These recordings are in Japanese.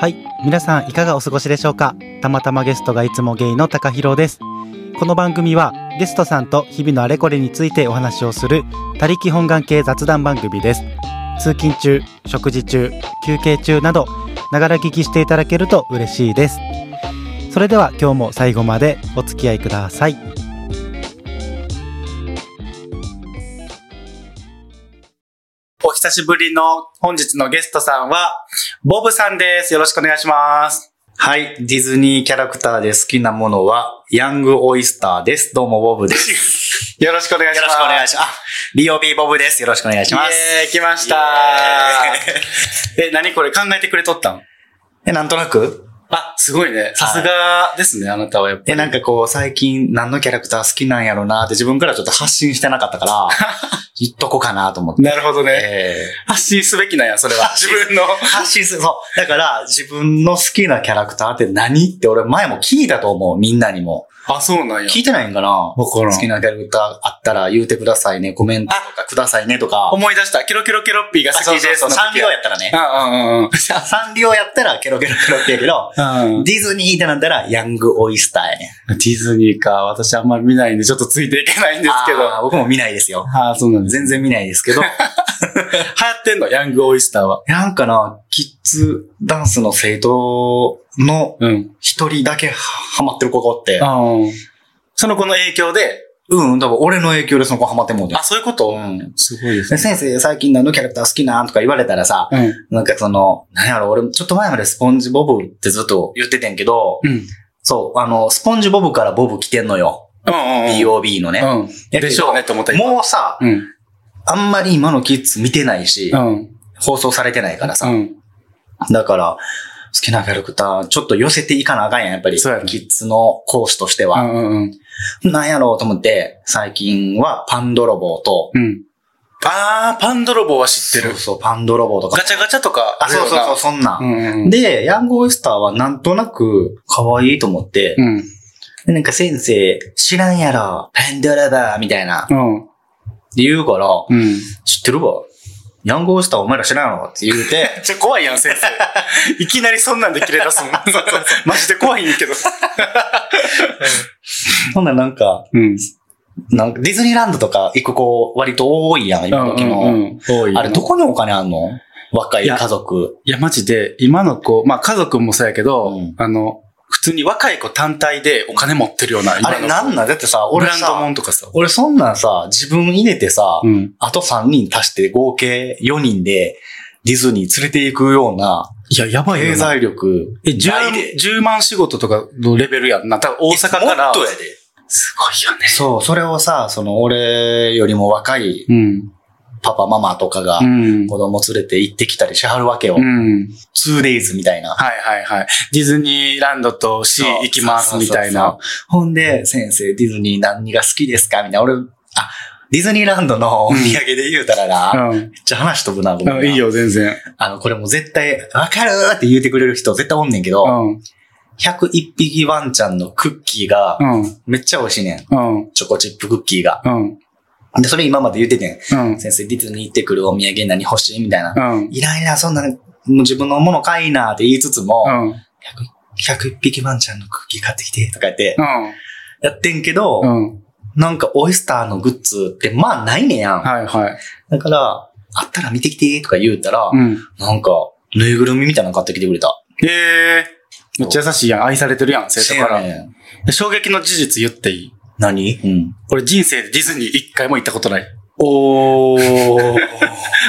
はい皆さんいかがお過ごしでしょうかたまたまゲストがいつもゲイの高博ですこの番組はゲストさんと日々のあれこれについてお話をする他力本願系雑談番組です通勤中食事中休憩中などながら聞きしていただけると嬉しいですそれでは今日も最後までお付き合いくださいお久しぶりの本日のゲストさんは、ボブさんです。よろしくお願いします。はい。ディズニーキャラクターで好きなものは、ヤングオイスターです。どうも、ボブです。よ よろしくお願いします。ろしくお願いしします。あ、BOB ボブです。よろしくお願いします。イエーイ、来ました え、何これ考えてくれとったんえ、なんとなくあ、すごいね。さすがですね、あなたはやっぱり。え、なんかこう、最近何のキャラクター好きなんやろうなって自分からちょっと発信してなかった から、言っとこうかなと思って。なるほどね。え発信すべきなんや、それは。自分の。ー発信する。そう。だから、自分の好きなキャラクターって何って俺前も聞いたと思う。みんなにも。あ、そうなんや聞。いてないんかなわからん好きなキャラクターあったら言うてくださいね。コメントとかくださいねとか。思い出した。ケロケロケロッピーが好好ききでですす。の時は。サンリオやった らね。うんうんうんサンリオやったらケロケロケロってやけど、うん。ディズニーってなったらヤングオイスターやねん。でディズニーか。私あんまり見ないんで、ちょっとついていけないんですけど。あ僕も見ないですよ。あー、そうなんです。全然見ないですけ ど。流行ってんの、ヤングオイスターは。なんかな、キッズダンスの生徒のうん。一人だけはハマってる子がおって、その子の影響で、うん、多分俺の影響でその子ハマってもうてあ、そういうこと、うん。すごいですでね。先生、最近何のキャラクター好きなんとか言われたらさ、うん。なんかその、なんやろ、俺ちょっと前までスポンジボブってずっと言っててんけど、うん。そう、あの、スポンジボブからボブ来てんのよ。うん。 BOB のね。うん。でしょうねって思った今。もうさ、うん。あんまり今のキッズ見てないし、うん。放送されてないからさ。うん。だから、好きなキャラクター、ちょっと寄せていかなあかんやん、やっぱり。そうやねキッズの講師としてうは。ん。うん。なんやろうと思って、最近はパン泥棒と、うん。あー、パン泥棒は知ってそうる。そう、パン泥棒とか。ガチャガチャとかあ、そうそうそう、そんな。うんん。うん。で、ヤングオイスターはなんとなく可愛いと思って、うん。でなんか先生、知らんやろ、パンドラバーみたいな、うん。言うから、うん。知ってるわ。ヤングオイスターお前ら知らんやろって言 うて、ちょ、怖いやん、先 生。いきなりそんなんで切れ出すもん。マジで怖いんやけど。ほんならなんか、うん。なんかディズニーランドとか行く子割と多いやん、今時の。うん。多いあれ、どこにお金あんの若い家族。いや、マジで、今の子、まあ家族もそうやけど、うんあの、普通に若い子単体でお金持ってるような、あれなんなだんだってさ、ブ俺ランドもさ、んとかさ。俺そんなんさ、自分入れてさ、うん。あと3人足して合計4人でディズニー連れて行くようないや、やばい経よな。済力。え、10ない万で、 10万仕事とかのレベルやんな。多分大阪から。もっとやで。すごいよね。そう、それをさ、その俺よりも若いうん。パパママとかがうん。子供連れて行ってきたりしはるわけよう。ん。 2days みたいな。はいはいはい。ディズニーランドとシー行きますみたそいうそうなそ。うそう。ほんで、先生、ディズニー何が好きですかみたいな。俺、あ、ディズニーランドのお土産で言うたらな、めっうんちゃ話飛ぶな、ごめんうな。ん。いい。よ、全然。あの、これもう絶対、わかるーって言うてくれる人絶対おんねんけど、うん。 101匹ワンちゃんのクッキーがう、ん。めっちゃ美味しいねん。うん。チョコチップクッキーが。うん。で、それ今まで言っててうんん。。先生、ディズニー行ってくるお土産何欲しいみたいな。うん。いらんいらん、そんな、もう自分のもの買いなって言いつつも、うん。 101匹ワンちゃんのクッキー買ってきて、とか言って、うやってんけど、ん。うん。なんかオイスターのグッズってまあないねやん。はいはい。だから、あったら見てきてとか言うたら、うん。なんか、ぬいぐるみみたいなの買ってきてくれた。ええめっちゃ優しいやん。愛されてるやん、生徒かせら。やねん衝撃の事実言っていい何うん。俺人生でディズニー一回も行ったことない。おー。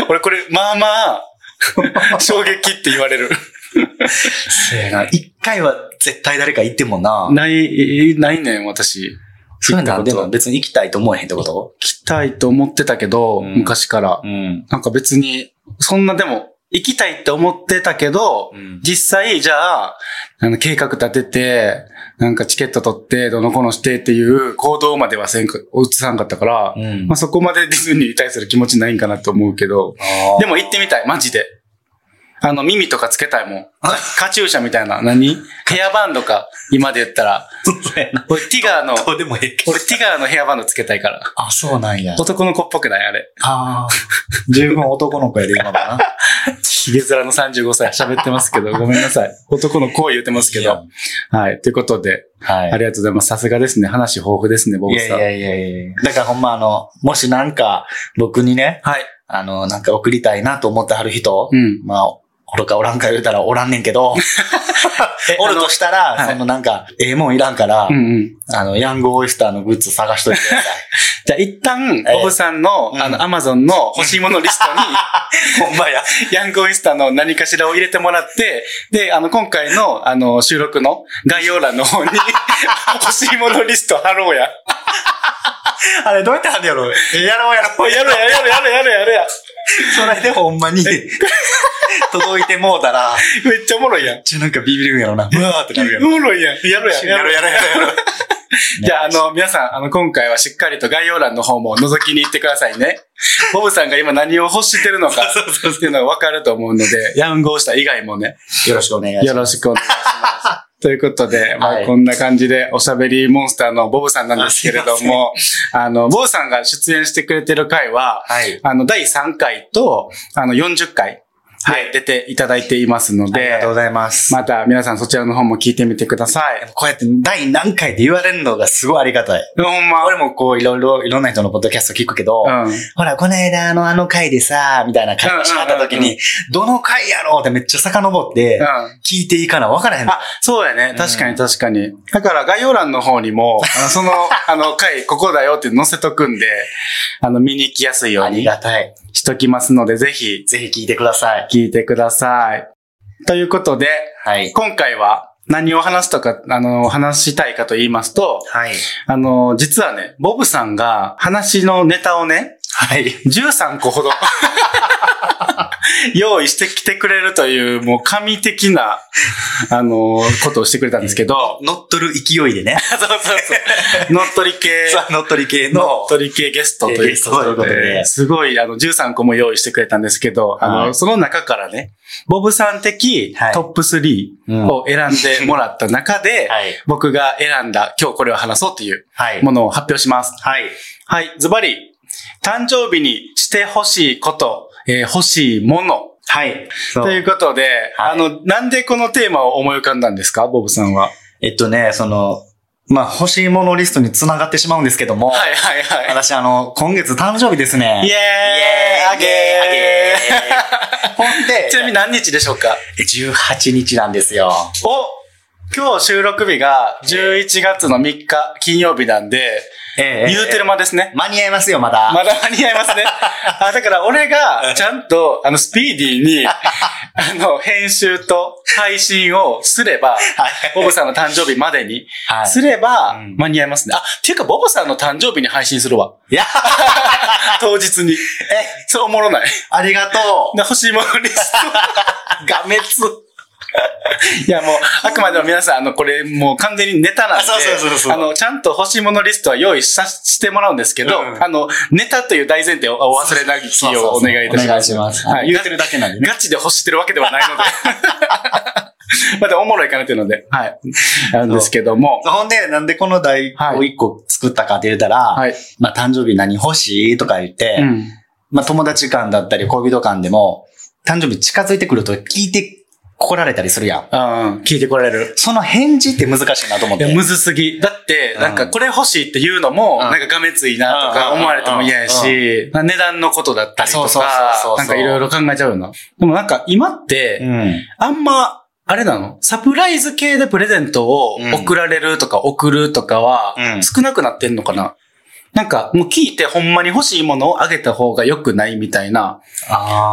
俺これ、まあま あ、衝撃って言われる。せやな。 一回は絶対誰か行ってもな。ない、ないねん、私。そういうのはで行ったことも別に行きたいと思えへんってこと行きたいと思ってたけど、うん昔から。うん。なんか別に、そんなでも、行きたいって思ってたけど、実際、じゃあ、あの、計画立てて、なんかチケット取って、どのこのしてっていう行動まではせんか、移さんかったから、うんまあ、そこまでディズニーに対する気持ちないんかなと思うけど、でも行ってみたい、マジで。あの、耳とかつけたいもん。カチューシャみたいな、何ヘアバンドか、今で言ったら。そうやな。俺、ティガーの、どうでもええけど。俺、ティガーのヘアバンドつけたいから。あ、そうなんや。男の子っぽくないあれ。ああ。十分男の子やで、今だな。ヒゲ面の35歳喋ってますけど、ごめんなさい。男の子を言ってますけいやど。はい。ということで、はい。ありがとうございます。さすがですね。話豊富ですね、ボいブやいさん。やいやいやだからほんまあの、もしなんか、僕にね、はい。あの、なんか送りたいなと思ってはる人、うん。まあ、おるかおらんか言うたらおらんねんけ ど、おるとしたら、はいそのなんか、ええもんいらんから、うんうん。あの、ヤングオイスターのグッズ探しといてくださ じゃあ一旦、ボブさんの、うんあの、アマゾンの欲しいものリストに、い。ほんまや。 ヤングオイスターの何かしらを入れてもらって、で、あの、今回の、あの、収録の概要欄の方に、 欲しいものリスト貼ろうや。 あれ、どうやってはんねやろえやろうやろおいやろや、やろや、ろやろや、ろや。それでほん まに、届いてもうたら、めっちゃおもろいやん。ちょ、なんかビビるんやろ な。うわーってなるやおろ。もろいやん。やろや、やろや。やろやろやろ。じゃあ、あの、皆さん、あの、今回はしっかりと概要欄の方も覗きに行ってくださいね。ボブさんが今何を欲してるのか、っていうのがわかると思うので、ヤングオイスター以外もね、よろしくお願いします。よろしくお願いします。ということで、まあ、はいこんな感じで、おしゃべりモンスターのボブさんなんですけれども、あの、ボブさんが出演してくれてる回は、はい。あの、第3回と、あの、40回、はい、出ていただいていますのありがでとう、ございます。また皆さんそちらの方も聞いてみてください。こうやって第何回で言われるのがすごいありがたい。ほんま、俺もこういろいろいろんな人のポッドキャスト聞くけど、うん。ほら、この間あのあの回でさ、みたいな会話しあった時うんうんうんに、どの回やろうってめっちゃ遡って、うん聞いていいかな分からへんの。あ、そうやね。確かうんに確かに。だから概要欄の方に も、あのその、あの、回、ここだよって載せとくんで、あの、見に行きやすいよあうりにがたい。しときますので、ぜひ、ぜひ聞いてください。聞いてください。ということで、はい。今回は何を話すとか、あの、話したいかと言いますと、はい。あの、実はね、ボブさんが話のネタをね、はい。 13個ほど 用意してきてくれるという、もう神的な、あの、ことをしてくれたんですけど、乗っ取る勢いでね。 そうそ うそう。乗っ取り系、乗っ取り系乗のっ、取り系ゲストというこゲストということとで、ですごい、あの、13個も用意してくれたんですけど、あはの、いその中からね、ボブさん的はいトップ3うんはを選んでもらった中で、 い。僕が選んだ今日これを話そうというはいも。のを発表します。はい。はい、ズバリ、誕生日にしてほしいこと、えー欲しいもの。はい。そといううことで、はいあの、なんでこのテーマを思い浮かんだんですか、ボブさんは。えっとね、その、まあ、欲しいものリストに繋がってしまうんですけども、はいはいはい。私、あの、今月誕生日ですね。イエーイあげーー ほんで、 ちなみに何日でしょうか18日なんですよ。お今日収録日が11月の3日金曜日なんで、え言うてる間ですね。間に合いますよ、まだ。まだ間に合い ますね。あ、だから俺がちゃんと、あの、スピーディ ーに、あの、編集と配信をすれば、ボブさんの誕生日までに、はすればうん間に合いますね。あ、っていうか、ボブさんの誕生日に配信するわ。いや、当日 に。え、そうおも ろない。ありがとで欲しいものリスう。がめつ。ト。いや、もう、あくまでも皆さん、あの、これ、もう完全にネタなんで、あそうそうそうそうあの、ちゃんと欲しいものリストは用意さしてもらうんですけど、うんあの、ネタという大前提をお忘れなきそうそうようそうお願いいたします。お願いしますはい、言うてるだけなんでねガチで欲してるわけではない ので。まだおもろいかなっていうので、はい。なんですけども、ほんで、なんでこの題を一個作ったかって言うたら、はい。まあ、誕生日何欲しいとか言って、うん。まあ、友達間だったり、恋人間でも、誕生日近づいてくると聞いてこられたりするやん。うん。聞いてこられる。その返事って難しいなと思っいて。や、むずすぎ。だって、うんなんか、これ欲しいって言うのも、うんなんか、がめついなとか、うん思われても嫌やし、値段のことだったりとそうそうそうそかう、なんか、いろいろ考えちゃうよな。でも、なんか、今っうて、ん。あんま、あれなのサプライズ系でプレゼントをうん送られるとか、送るとかはう、ん少なくなってんのかななんか、もう聞いてほんまに欲しいものをあげた方が良くないみたいな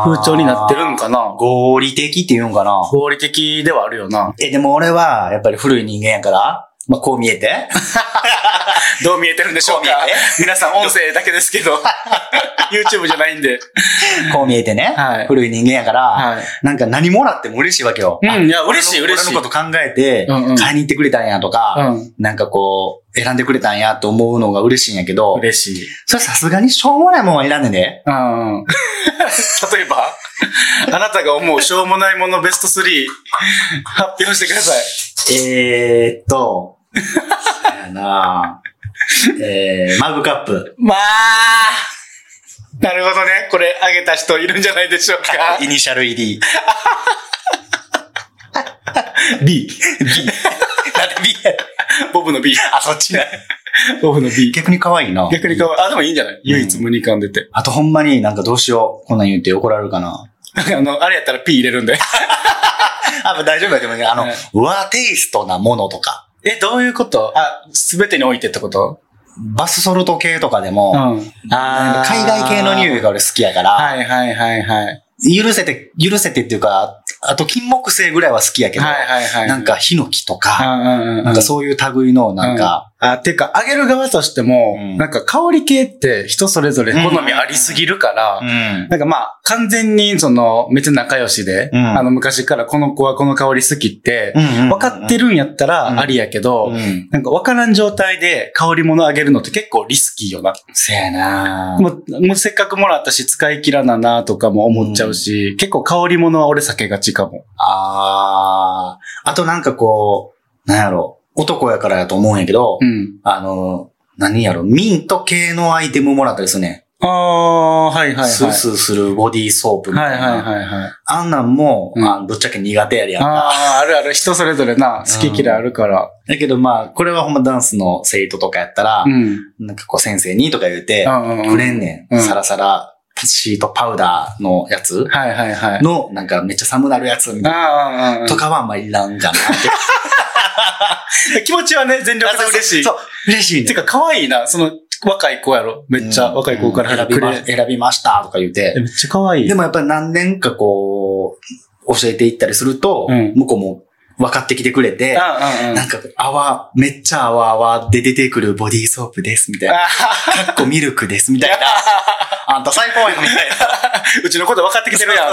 風潮になってるんか。かな合理的って言うんかな。合理的ではあるよな。え、でも俺は、やっぱり古い人間やから、まあ、こう見え て。どう見えてるんでしょうかこう見えて皆さん音声だけですけど、YouTube じゃないんで。こう見えてね。はい古い人間やから、はい。なんか何もらっても嬉しいわけよ。うん、いや、あ嬉しい、俺の嬉しい。俺のこと考えてうんうん、買いに行ってくれたんやとか、うん。なんかこう、選んでくれたんやと思うのが嬉しいんやけど、嬉しい。それさすがにしょうもないもんは選んでね。うん。例えば、あなたが思うしょうもないものベスト3、発表してください。えー、っと、 そうやなえー、マグカップ。まあ、なるほどね。これ、あげた人いるんじゃないでしょうか。イニシャル ED。B。B。なんで B やボブの B。あ、そっちね。ボブの B。 逆に可愛いな。逆にかわいい。あ、でもいいんじゃない唯一無二感出て。あとほんまになんかどうしよう。こんなん言って怒られるかな。あの、あれやったら P 入れるんで。あ、大丈夫だけどね。あの、はい和テイストなものとか、え、どういうことあ、すべてにおいてってことバスソルト系とかでも、ん。なんか海外系の匂いが俺好きやから、はいはいはいはい。はい許せて、許せてっていうか、あと金木犀ぐらいは好きやけど、はいはい。なん、かヒノキとうか、んうんうん。なんかそういう類のなんか、あ、っていうか、あげる側としても、うんなんか香り系って人それぞれ好みありすぎるから、うんなんかまあ、完全にその、めっちゃ仲良しで、うんあの昔からこの子はこの香り好きって、分かってる、るんやったうんらありやけど、うん。なんか分からん状態で香り物あげるのって結構リスキーよな。せやなもうもうせっかくもらったし使い切らななとかも思っちゃうし、結構香り物は俺避けがちかも。あーあとなんかこう、なんやろ、男やからやと思うんやけど、うん。あの、何やろ、ミント系のアイテムもらったりするね。ああ、はいはいはい。スースーするボディーソープみはたいいな。はいはいはい。あんなんも、うんあぶっちゃけ苦手やりやんか。ああ、あるある。人それぞれな、好き嫌いあるから。だけどまあ、これはほんまダンスの生徒とかやったらう、ん。なんかこう先生にとか言うて、うんくれんね。うんんサラサラ、シートパウダーのやつはいはいはい。の、なんかめっちゃ寒なるやつみたいあなあ、とかはあんまりいらんかなって。気持ちはね、全力で 嬉しい。。そうう、嬉しいね。てか、可愛いな。その、若い子やろ。めっちゃうん若い子から選びくれま。選びましたとか言うえて。めっちゃ可愛い。でもやっぱり何年かこう、教えていったりするとうん、向こうも分かってきてくれて、ああ、うんうん。なんか、泡、めっちゃ泡泡で出てくるボディーソープです、みたいな。あかっこミルクです、みたいな。あんた最高やん、みたいな。 うちのこと分かってきてるやん。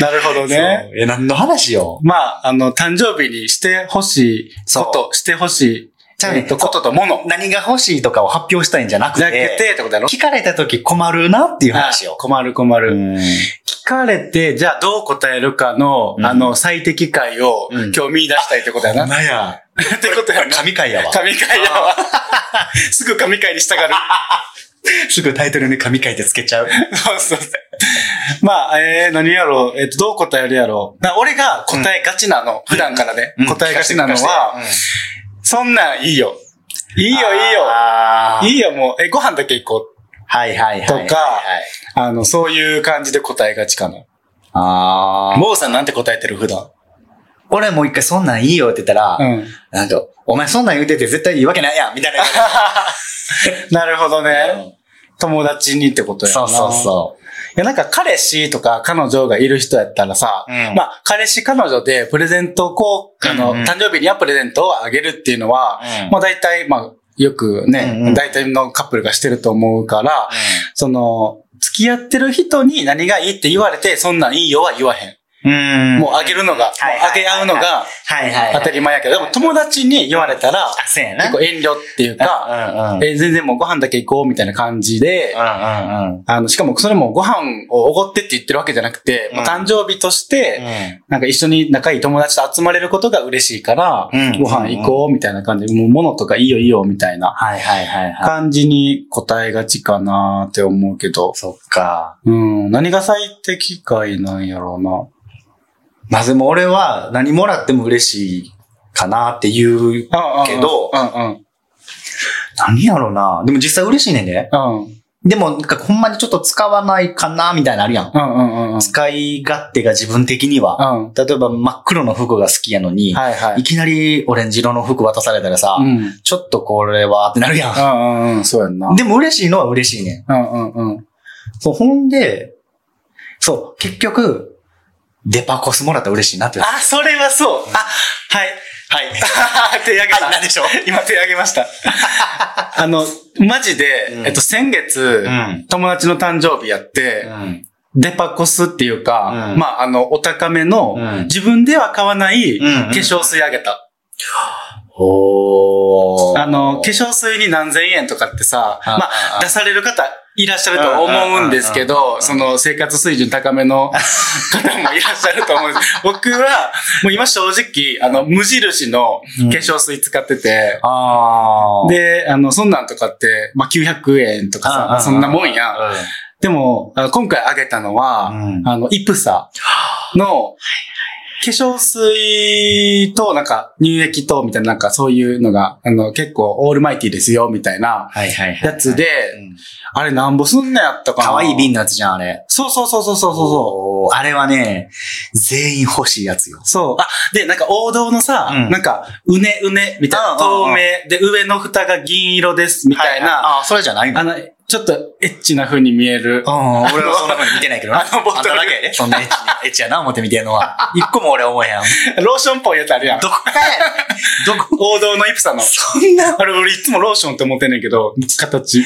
なるほどね。そう。え、何の話よ。まあ、あの、誕生日にしてほしいこと、してほしい、ちゃうえねっと、ことともの。何が欲しいとかを発表したいんじゃなくじゃけて、てってことやろ聞かれた時困るなっていう話あよ。困る困る。うん聞かれて、じゃあどう答えるかの、うんあの、最適解を、うん今日見出したいってことやな。なんや。ってことやな。神回やわ。 神回やわ。 すぐ神回に 従う。すぐタイトルに神回ってつけちゃう。そうそうそうまあ、えー、何やろう。えっ、と、どう答えるやろう。な俺が答えがちなの。普段からね、答えがちなのは、そんなんいいよ。いいいよ、いいよ。いいよ。いいよ、もう。え、ご飯だけ行こう。はいはいはい。とかあの、そういう感じで答えがちかな。ああ。モーさんなんて答えてる、普段。俺もう一回そんなんいいよって言ったら、 うん。なんか、お前そんなん言うてて絶対いいわけないやんみたいな。 なるほどうね。ん友達にってことやな。そうそうそう。いや、なんか彼氏とか彼女がいる人やったらさ、うんまあ、彼氏彼女でプレゼントをこう、あの、うんうん誕生日にはプレゼントをあげるっていうのは、うんまあ大体、まあ、よくね、うんうん大体のカップルがしてると思うから、その、付き合ってる人に何がいいって言われて、そんなんいいよは言わへん。うんもうあげるのが、はいはいもうあげ合うのがはいはい。当たり前やけど、でも友達に言われたら、あ、そうやな。結構遠慮っていうか、うんうん。え全然もうご飯だけ行こうみたいな感じで、うんうんうん。あの、しかもそれもご飯をおごってって言ってるわけじゃなくて、うんもう誕生日として、うなんか一緒に仲いい友達と集まれることが嬉しいから、うんご飯行こうみたいな感じで、もう物とかいいよいいよみたいなはいはいはいはい。感じに答えがちかなって思うけど、そっか。うん、何が最適解なんやろうな。まあでも俺は何もらっても嬉しいかなっていう。あけどうんうん。何やろうな。でも実際嬉しいねんね。うんうんでもなんかほんまにちょっと使わないかなみたいなのあるやん。うんうん。使い勝手が自分的には。うん。例えば真っ黒の服が好きやのに、はいはいい。きなりオレンジ色の服渡されたらさう、ん。うんちょっとこれはってなるやん。うんうん。そうやんな。でも嬉しいのは嬉しいねん。うんうんうん。そう、ほんで、そう、結局、デパコスもらったら嬉しいなって。あ、それはそう。あ、はい。はい。 手上げた。はい何でしょう今手上げました。あの、マジで、うんえっと、先月、ん。友達の誕生日やって、ん。デパコスっていうか、うんまあ、あの、お高めの、うん自分では買わないんうん化粧水あげた。おおーあの、化粧水に何千円とかってさ、あまああ、出される方いらっしゃると思うんですけど、その生活水準高め の方もいらっしゃると思うんです。僕は、もう今正直、あの、無印のうん化粧水使ってて、あー、で、あの、そんなんとかって、まあ、900円とかあああさ、そんなもんや。でも、あ今回あげたのは、うんあの、イプサの、化粧水と、なんか、乳液と、みたいな、なんかそういうのが、あの、結構、オールマイティーですよ、みたいな、はいはいはい。やつで、うんあれなんぼすんのやったかな。可愛い瓶のやつじゃん、あれ。そうそうそうそうそうそう。そう。あれはね、全員欲しいやつよ。そう。あ、で、なんか王道のさ、うんなんか、うねうね、みたいうんな、うんうん透明、で、上の蓋が銀色です、みたいな、あー、それじゃないのあの、ちょっとエッチな風に見えるう。ん、俺はそんな風に見てないけどな。あのボトルだけやで。そんなエッチに、 エッチやな思って見てんの は。一個も俺思えへん。ローションっぽいやつあるやん。どこかやねんどこ、王道のイプサの。そんな、あれ、俺いつもローションって思ってんねんけど、形。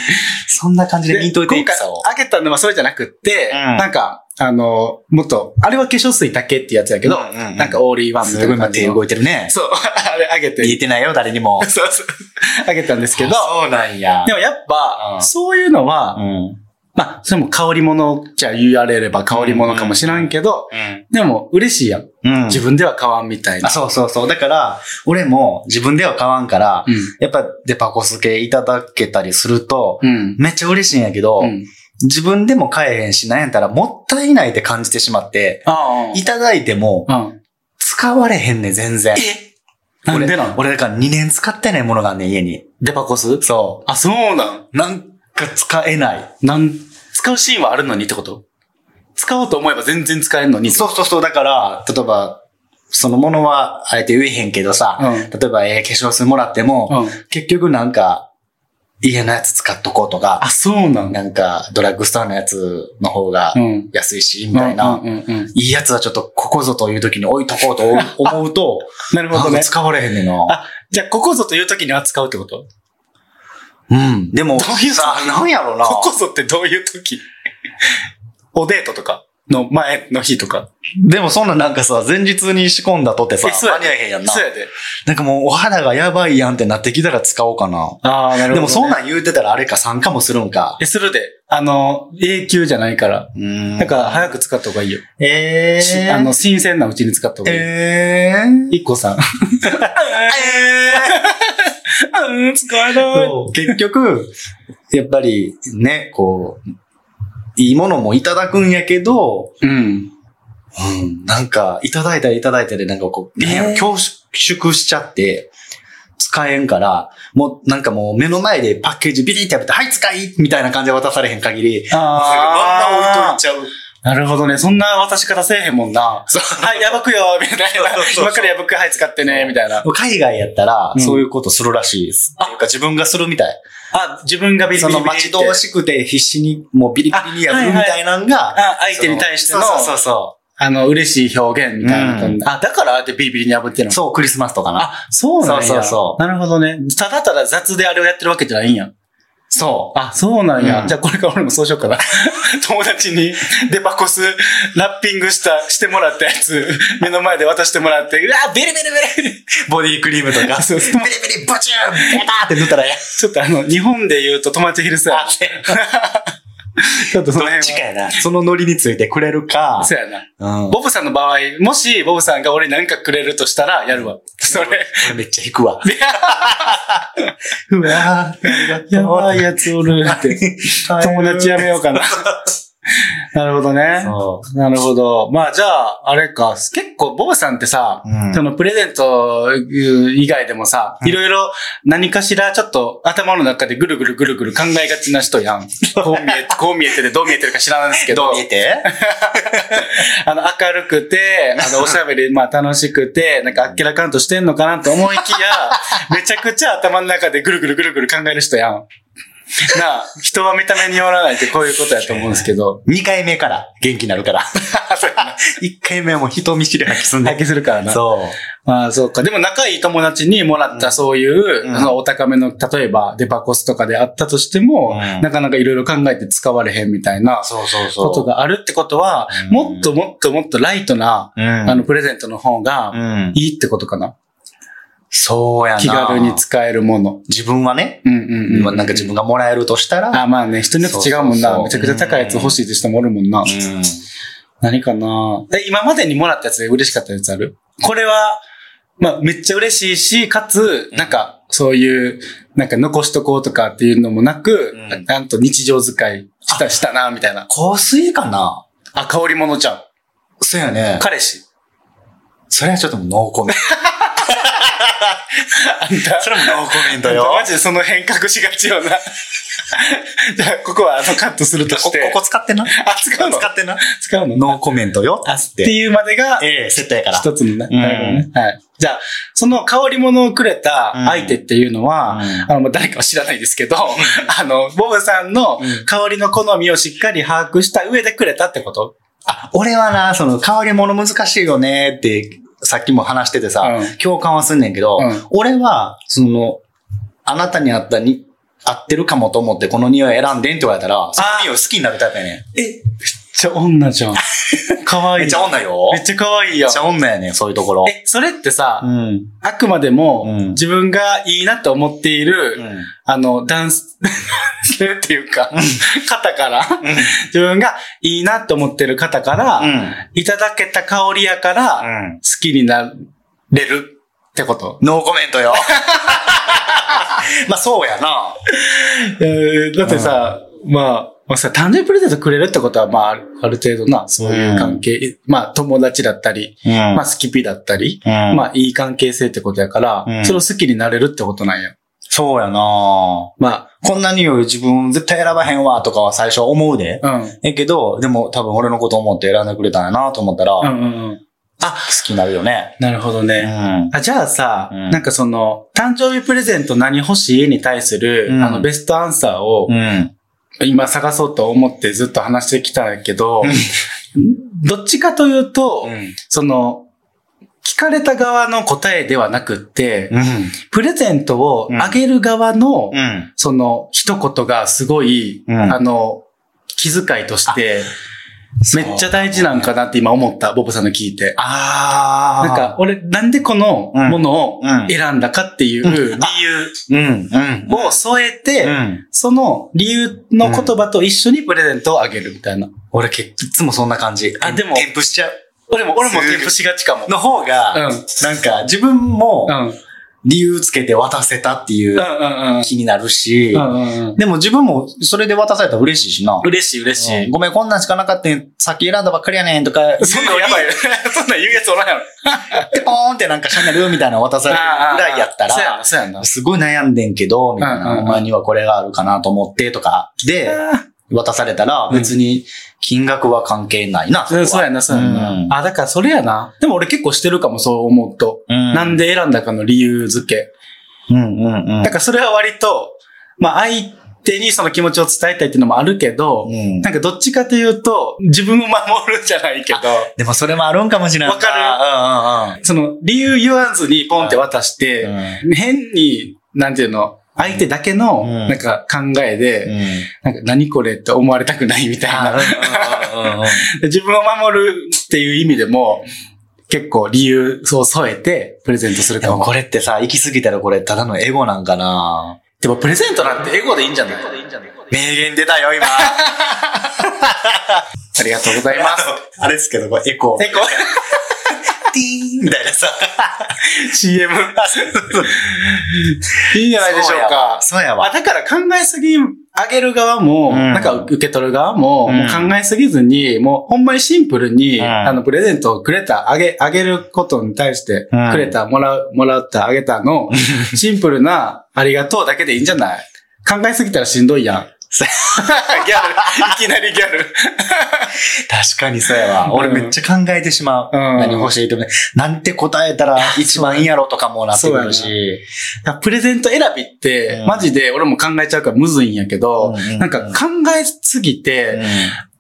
そんな感じで見んといてい今く回さを。あげたのはそれじゃなくって、うんなんか、あの、もっと、あれは化粧水だけってやつやけど、うんうんうんなんかオーリーワンみたすいごない今感じ手の動いてるね。 そう、あれあげて。見えてないよ、誰にも。そうそう。あげたんですけど、そうなんやでもやっぱ、うんそういうのは、うん。まあ、それも香り物じゃ言われれば香り物かもしらんけど、でも嬉しいやん。うん。自分では買わんみたいな。あ、そうそうそう。だから、俺も自分では買わんから、うん。やっぱデパコス系いただけたりすると、うん。めっちゃ嬉しいんやけど、うん。自分でも買えへんし、なんやったらもったいないって感じてしまって、あいただいてもあ。うん。使われへんねん、全然。なんでなの俺、俺だから2年使ってないものがあんねん、家に。デパコスそあ、そうなん。う。なんか使えない。なん、使うシーンはあるのにってこと使おうと思えば全然使えるのにってこそうそうそう、だから、例えば、そのものはあえて言えへんけどさ、と。うん。例えば、えー化粧水もらっても、うん。結局なんか、家のやつ使っとこうとか、あ、そうなんだ。なんか、ドラッグストアのやつの方がうん。安いし、みたいな、うんうんうん。いいやつはちょっとここぞという時に置いとこう と思うと、 なるほどなんかね。使われへんねんな。あじゃあ、ここぞという時に扱うってことうん。でも、どういうさ、なんやろな。ここぞってどういう時 おデートとかの前の日とか。でもそんななんかさ、前日に仕込んだとってさ、えそうや間に合えへんやんなそ。うやで。なんかもうお肌がやばいやんってなってきたら使おうかな。ああ、なでもそんななん言うてたらあれか参加もするんか。え、するで。あの、永久じゃないから。うんだから、早く使った方がいいよ。えしー、あの、、新鮮なうちに使った方がいい。えー、一個 さん。 うん、使えなそう結局、やっぱりね、こう、いいものもいただくんやけど、うん。うん、なんか、いただいたらいただいたで、なんかこう、ねね恐縮しちゃって、使えんから、もう、なんかもう目の前でパッケージビリってやめて、はい、使いみたいな感じで渡されへん限り、ああ。ちゃう。なるほどね。そんな渡し方せえへんもんな。はい、やばくよみたいな。そうそうそう今からやばく、はい、使ってねみたいな。海外やったら、うんそういうことするらしいです。っていうか自分がするみたい。あ、自分がビリそビリのビリ待ち遠って。しくて必死にもうビリビリやるみたいなんが、あ、相手に対しての、そうそうそあの、嬉しい表現みたいな。うんあ、だからああやってビリビリに破ってう。るの。そう、クリスマスとかな。あ、そうなんや。そうそうそなるほどね。ただただ雑であれをやってるわけじゃないんや。そあ、そうなんや。うんじゃあこれから俺もそうしよう かな。友達にデパコスラッピングした、してもらったやつ、目の前で渡してもら って、うわビリビリビリう。ボディクリームとか。そうビリビリブチューベターって塗ったらえちょっとあの、日本で言うと友達ヒルスやな。 ちょっとその辺は。やな。そのノリについてくれるか。そうやな。うん。ボブさんの場合、もしボブさんが俺に何かくれるとしたら、やるわ。それ。俺めっちゃ引くわ。 うわーありがとうやばいやつおるって。 友達やめよう かな。なるほどね。そなるほど。まあじゃあ、あれか、結構ボブさんってさ、うんそのプレゼント以外でもさ、いろいろ何かしらちょっと頭の中でぐるぐるぐるぐる考えがちな人や ん。こう見えて、こう見えててどう見えてるか知らないんですけう。ど、どう見えてあの明るく て、あのおしゃべり、まあ楽しくて、なんかあっけらかんとしてんのかなと思い きや、めちゃくちゃ頭の中でぐるぐるぐるぐる考える人やん。なあ、人は見た目によらないってこういうことやと思うんですけど。二回目から元気になる から。一回目はもう人見知り吐きすん発で。揮するからな。そう。ああ、そうか。でも仲いい友達にもらっうんたそういう、うんそのお高めの、例えばデパコスとかであったとしても、うんなかなかいろいろ考えて使われへんみたいなそうそうそう。ことがあるってことは、うんもっともっともっとライトな、うん。あの、プレゼントの方がうん。いいってことかな。そうやな。気軽に使えるもの。自分はね、うんうんうん。まあなんか自分がもらえるとしたら、あ、まあね、人によって違うもんそうそうそな。うめちゃくちゃ高いやつ欲しいって人もおるもんな。うん何かなで、今までにもらったやつで嬉しかったやつあるこれは、まあ、めっちゃ嬉しいし、かつ、なんか、そういう、なんか残しとこうとかっていうのもなく、うんなんと日常使いした、したな、みたいな。香水かなあ、香り物ちゃん。そうやね。彼氏。それはちょっともうノーコメンあんたト。 それもノーコメントあんよ。たマジでその変革しがちよな。 じゃあ、ここはあのカットするとして。ここ使ってな。あ、使うの使ってな。使うのノーコメントよ。あ、つっってて。いうまでが、ええ、セットやから。一つのね。うんなるほどねはい。じゃあ、その香り物をくれた相手っていうのは、うんあの、まあ誰かは知らないですけど、あの、ボブさんのうん香りの好みをしっかり把握した上でくれたってことあ、俺はな、その、香り物難しいよねって、さっきも話しててさ、うん共感はすんねんけど、うん俺は、その、あなたに合ったに、合ってるかもと思ってこの匂い選んでんって言われたら、その匂い好きになるタイプやねえ、めっちゃ女じゃん。可ん。愛いめっちゃ女よ。めっちゃ可愛いよめっち。ゃ女やねん、そういうところ。え、それってさ、うん。あくまでも、うん自分がいいなと思っている、あの、ダンス、っていうか、方から、自分がいいなと思ってる方から、いただけた香りやから、好うん。きになれるってこと。ノーコメント よ。まあ、そうやな。えーだってさ、まあ、まあさ、誕生日プレゼントくれるってことは、まあ、あるある程度な、そういう関係、まあ、友達だったり、うんまあ、好きピだったり、あまあ、いい関係性ってことやから、うんそれを好きになれるってことなんや。そうやな。まこんな匂い自分絶対選ばへんわとかは最初思うで。あ、うん。ええけど、でも多分俺のこと思って選んでくれたんやなと思ったら、う好んうんうん。きになるよね。なるほどうね。ん。あじゃあさ、うんなんかその、誕生日プレゼント何欲しいに対する、うんあの、ベストアンサーを、うん。今探そうと思ってずっと話してきたんやけど、どっちかというと、ん。その、聞かれた側の答えではなくって、うん。プレゼントをあげる側の、うん。その一言がすごい、うんあの、気遣いとして、めっちゃ大事なんかなって今思った、ボブさんの聞いて。あー。なんか、、俺、なんでこのものをうんうん選んだかっていう理う由ん。うん。 を添えて、うん。その理由の言葉と一緒にプレゼントをあげるみたいな。俺結構いつもそんな感じ。あでも添付しちゃう。俺も、俺も添付しがちかも。の方が、うんなんか自分もうん。うん理由つけて渡せたっていううん気になるし、うん。うん。でも自分もそれで渡されたら嬉しいしな。嬉しい嬉しい。ごめん、こんなんしかなかったん、さっき選んだばっかりやねんとか、そんなんやばい。 そんなん言うやつおらんやろ。でポーンってなんかシャネルみたいなの渡されるぐらいやったそうやら、な、そうやな。すごい悩んでんけど、みたいうんうんな、うんお前にはこれがあるかなと思って、とか、で、渡されたらうん別に金額は関係ないな。うんそうやな、そうやうな。んあ、だからそれやな。でも俺結構してるかも、そう思うと。ななんで選んだかの理由付け。うんうんうんだ。からそれは割と、まあ相手にその気持ちを伝えたいっていうのもあるけど、うんなんかどっちかというと、自分を守るじゃないけど、でもそれもあるんかもしれない。わかるその理由言わずにポンって渡して、うんうん変に、なんていうの、相手だけの、うんなんか考えで、うん。うんなんか何これって思われたくないみたいあうな。んうんうんうん 自分を守るっていう意味でも、結構理由を添えてプレゼントす るでかもも。これってさ、行き過ぎたらこれただのエゴなんかなでもプレゼントなんてエゴでいいんじゃない名言出たよ、今。ありがとうございます。あれですけど、これエコー。エゴティーンみたいなさ。 CM。いいんじゃないでしょうか。そうやわ。あだから考えすぎ、あげる側も、うんなんか受け取る側も、うんもう考えすぎずに、もうほんまにシンプルに、うんあの、プレゼントをくれた、あげ、あげることに対して、うんくれた、もらう、もらった、あげた の、シンプルな、ありがとうだけでいいんじゃない考えすぎたらしんどいやん。ギャル、いきなりギャル。確かにそうやわ。俺うんめっちゃ考えてしまう。うん何欲しいとね。なんて答えたら一番いいやろとかもなってくるそうし。だからプレゼント選びって、うんマジで俺も考えちゃうからむずいんやけど、うんうんうんなんか考えすぎて、う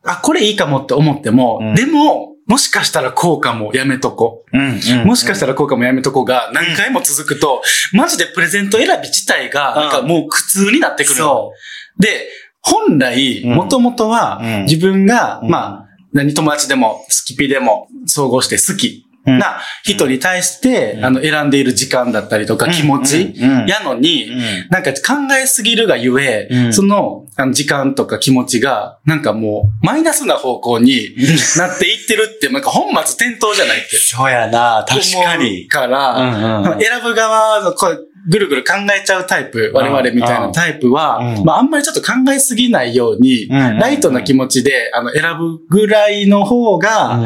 あ、これいいかもって思っても、うんでも、もしかしたらこうかもやめとこんう。もしかしたらこうかもやめとこうが何回も続くと、マジでプレゼント選び自体が、うんなんかもう苦痛になってくる。そで、本来、うんもともとはうん、自分が、うんまあ、何友達でも、好きピでも、総合して好きうんな人に対して、うんあの、選んでいる時間だったりとか気持ち、うんうんやのに、うんなんか考えすぎるがゆえ、うんそのあの時間とか気持ちが、なんかもう、マイナスな方向になっていってるって、なんか本末転倒じゃないって。そうやな、確か思うに。から、うんうん選ぶ側のこう、ぐるぐる考えちゃうタイプ、我々みたいなタイプは、うんまああんまりちょっと考えすぎないように、うんうんうんライトな気持ちで、あの、選ぶぐらいの方が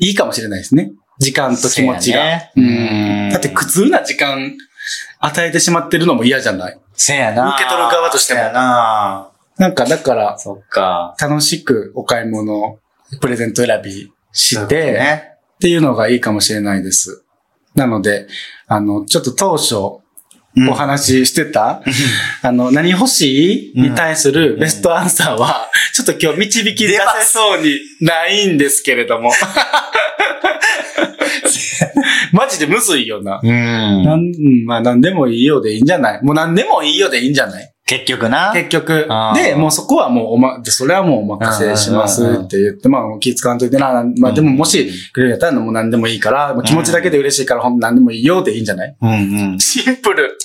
いいかもしれないですね。時間と気持ちが。そううやんねだって苦痛な時間与えてしまってるのも嫌じゃないせやな。受け取る側としてもせやな。なんかだから、そっか。楽しくお買い物、プレゼント選びしそうて、ね。っていうのがいいかもしれないです。なので、あの、ちょっと当初、うんお話ししてた、あの、何欲しいうんに対するベストアンサーは、ちょっと今日導き出せそうにないんですけ れども。マジでむずいよな。うん。なん、うんまあ何でもいいようでいいんじゃないもう何でもいいようでいいんじゃない結局な。結局あ。ーで、もうそこはもうおま、それはもうお任せしますって言って、まあ気使わんといてな、まあでももしくれるんやったらもう何でもいいから、まあ気持ちだけで嬉しいからほんと何でもいいよでいいんじゃないうんうん。シンプル。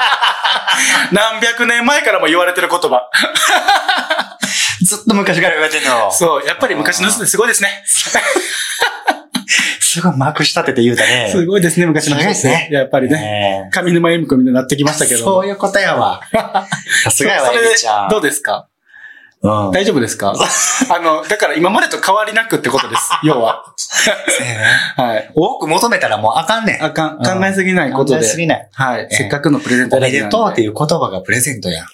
何百年前からも言われてる言葉。ずっと昔から言われてんの。そう、やっぱり昔の人ってすごいですね。すごいまくし立てて言うたね。すごいですね、昔の人って。すごいですねやっぱりね。ね上沼恵美子みたいになってきましたけど。そういうことやわ。 さすがやわ、それエでビちゃん。どうですかうん。大丈夫ですかあの、だから今までと変わりなくってことです。要は。 はい。多く求めたらもうあかんねん。あかん、うん考えすぎないこと考え。ですぎない。はい。ええせっかくのプレゼントおめでとうってう。いう言葉がプレゼントやん。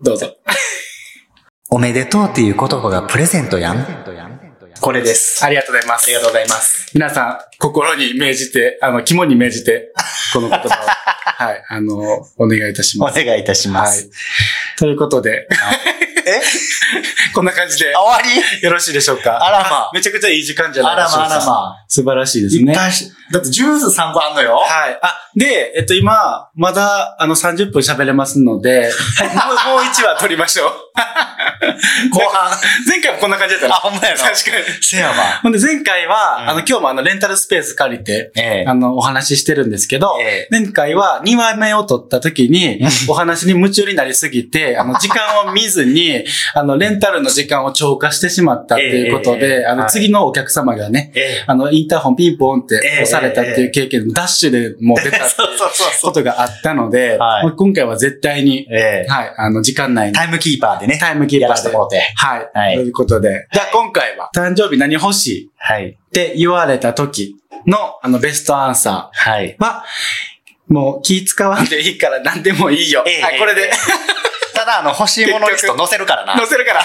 どうぞ。おめでとうっていう言葉がプレゼントやん。これです。ありがとうございます。ありがとうございます。皆さん、心に銘じて、あの、肝に銘じて、この言 葉を、はい、あの、お願いいたしおます。願いいたしまはいす。。ということで、こんな感じでえ、終わりよろしいでしょうかあらまめちゃくちゃいい時間じゃなあいでらしょうまか。あらま。素晴らしいですいねっ。ぱいし、だってジュース3個あんのよ。はい。あ、で、えっと、今、まだ、あの、30分喋れます ので、はいもう、もう1話撮りましょう。後 半。前回もこんな感じだったあ、な。ほんまやな。確かに。せやわ。ほんで、前回は、うんあの、今日もあの、レンタルスペース借りて、えあの、お話ししてるんですけど、ええ前回は2話目を撮った時に、お話に夢中になりすぎて、あの、時間を見ずに、あの、レンタルの時間を超過してしまったっていうことえええで、えあの、はい次のお客様がね、え。ええ。あの、インターホンピンポンってええ押されたっていう経験、ダッシュでもう出たっていうそうそうそこう。とがあったので、はいもう今回は絶対に、ええ。はい、あの、時間内にタイムキーパーでね。タイムキーやパらせーてでも。ろて。はい。はいということで。じゃあ今回は、誕生日何欲しいはい。って言われた時の、あの、ベストアンサはい。ーは、もう気使わんでいいから何でもいいよ。ええはい、これで ただ、あの、欲しいものリスト載せるからな 載。せるから、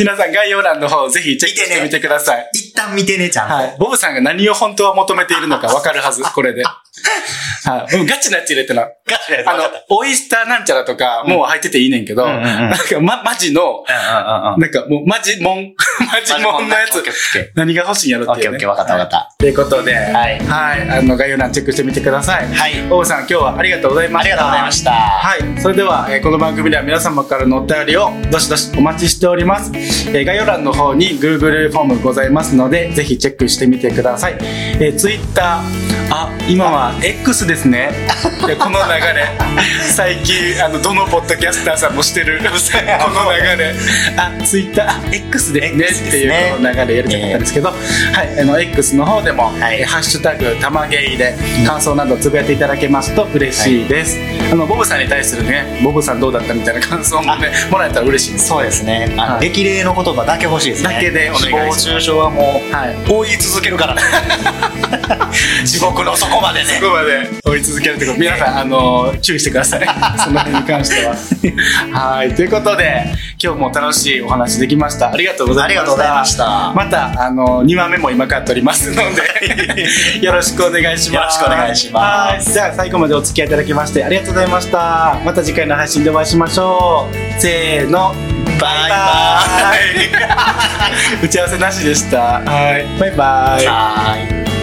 皆さん概要欄の方ぜひチェックしてみてください。一旦見てね、ちゃんと。はい。ボブさんが何を本当は求めているのかわかるはず、これで。 はい。うんガチなやつ入れてな。ガチであの、オイスターなんちゃらとか、もう入ってていいねんけど、うんうんうんなんか、ま、マジの、うんうんうんうん。なんかもう、マジモン、 マジモンのやオつッケーオッケーオッ、ケ何が欲しいんやろーオっッていケーう、オね。ッケー、わかったわかった。ということで、はいはい。あの、概要欄チェックしてみてください。はい。ボブさん、今日はありがとうございまあしりた。がとうございました。はい。それでは、えーこの番組では皆様からのお便りをどしどしお待ちしております。えー概要欄の方に Google フォームございますので、ぜひチェックしてみてください。えー Twitter、あ、今は X ですね。でこの流れ、 最近、あの、どのポッドキャスターさんもしてる、この流れ、あ、Twitter、あ X ですね X ですっねていうのを流れやりたかったんですけど、はい、あの、X の方でも、はいえーハッシュタグ、たまげいで、感想などつぶやいていただけますと嬉しいです。あの、ボブさんに対するね、ボブさんどうだったみたいな感想もね、もらえたら嬉しいです。そうですね。あの、はい激励の言葉だけ欲しいですね。だけでお願いします誹謗中傷はもはい。う、追い続ける からね。地獄の底までね。ここまで追い続けるってこと皆さん、あの注意してくださ いその辺に関してははいということで今日も楽しいお話できましたありがとうござあいましたりがとうございましたまたあの2話目も今から撮りますのでよろしくお願いしますよろしくお願いしますはいじゃあ最後までお付き合いいただきましてありがとうございましたまた次回の配信でお会いしましょうせーのバイ バイ打ち合わせなしでしたはいバイバイバイ。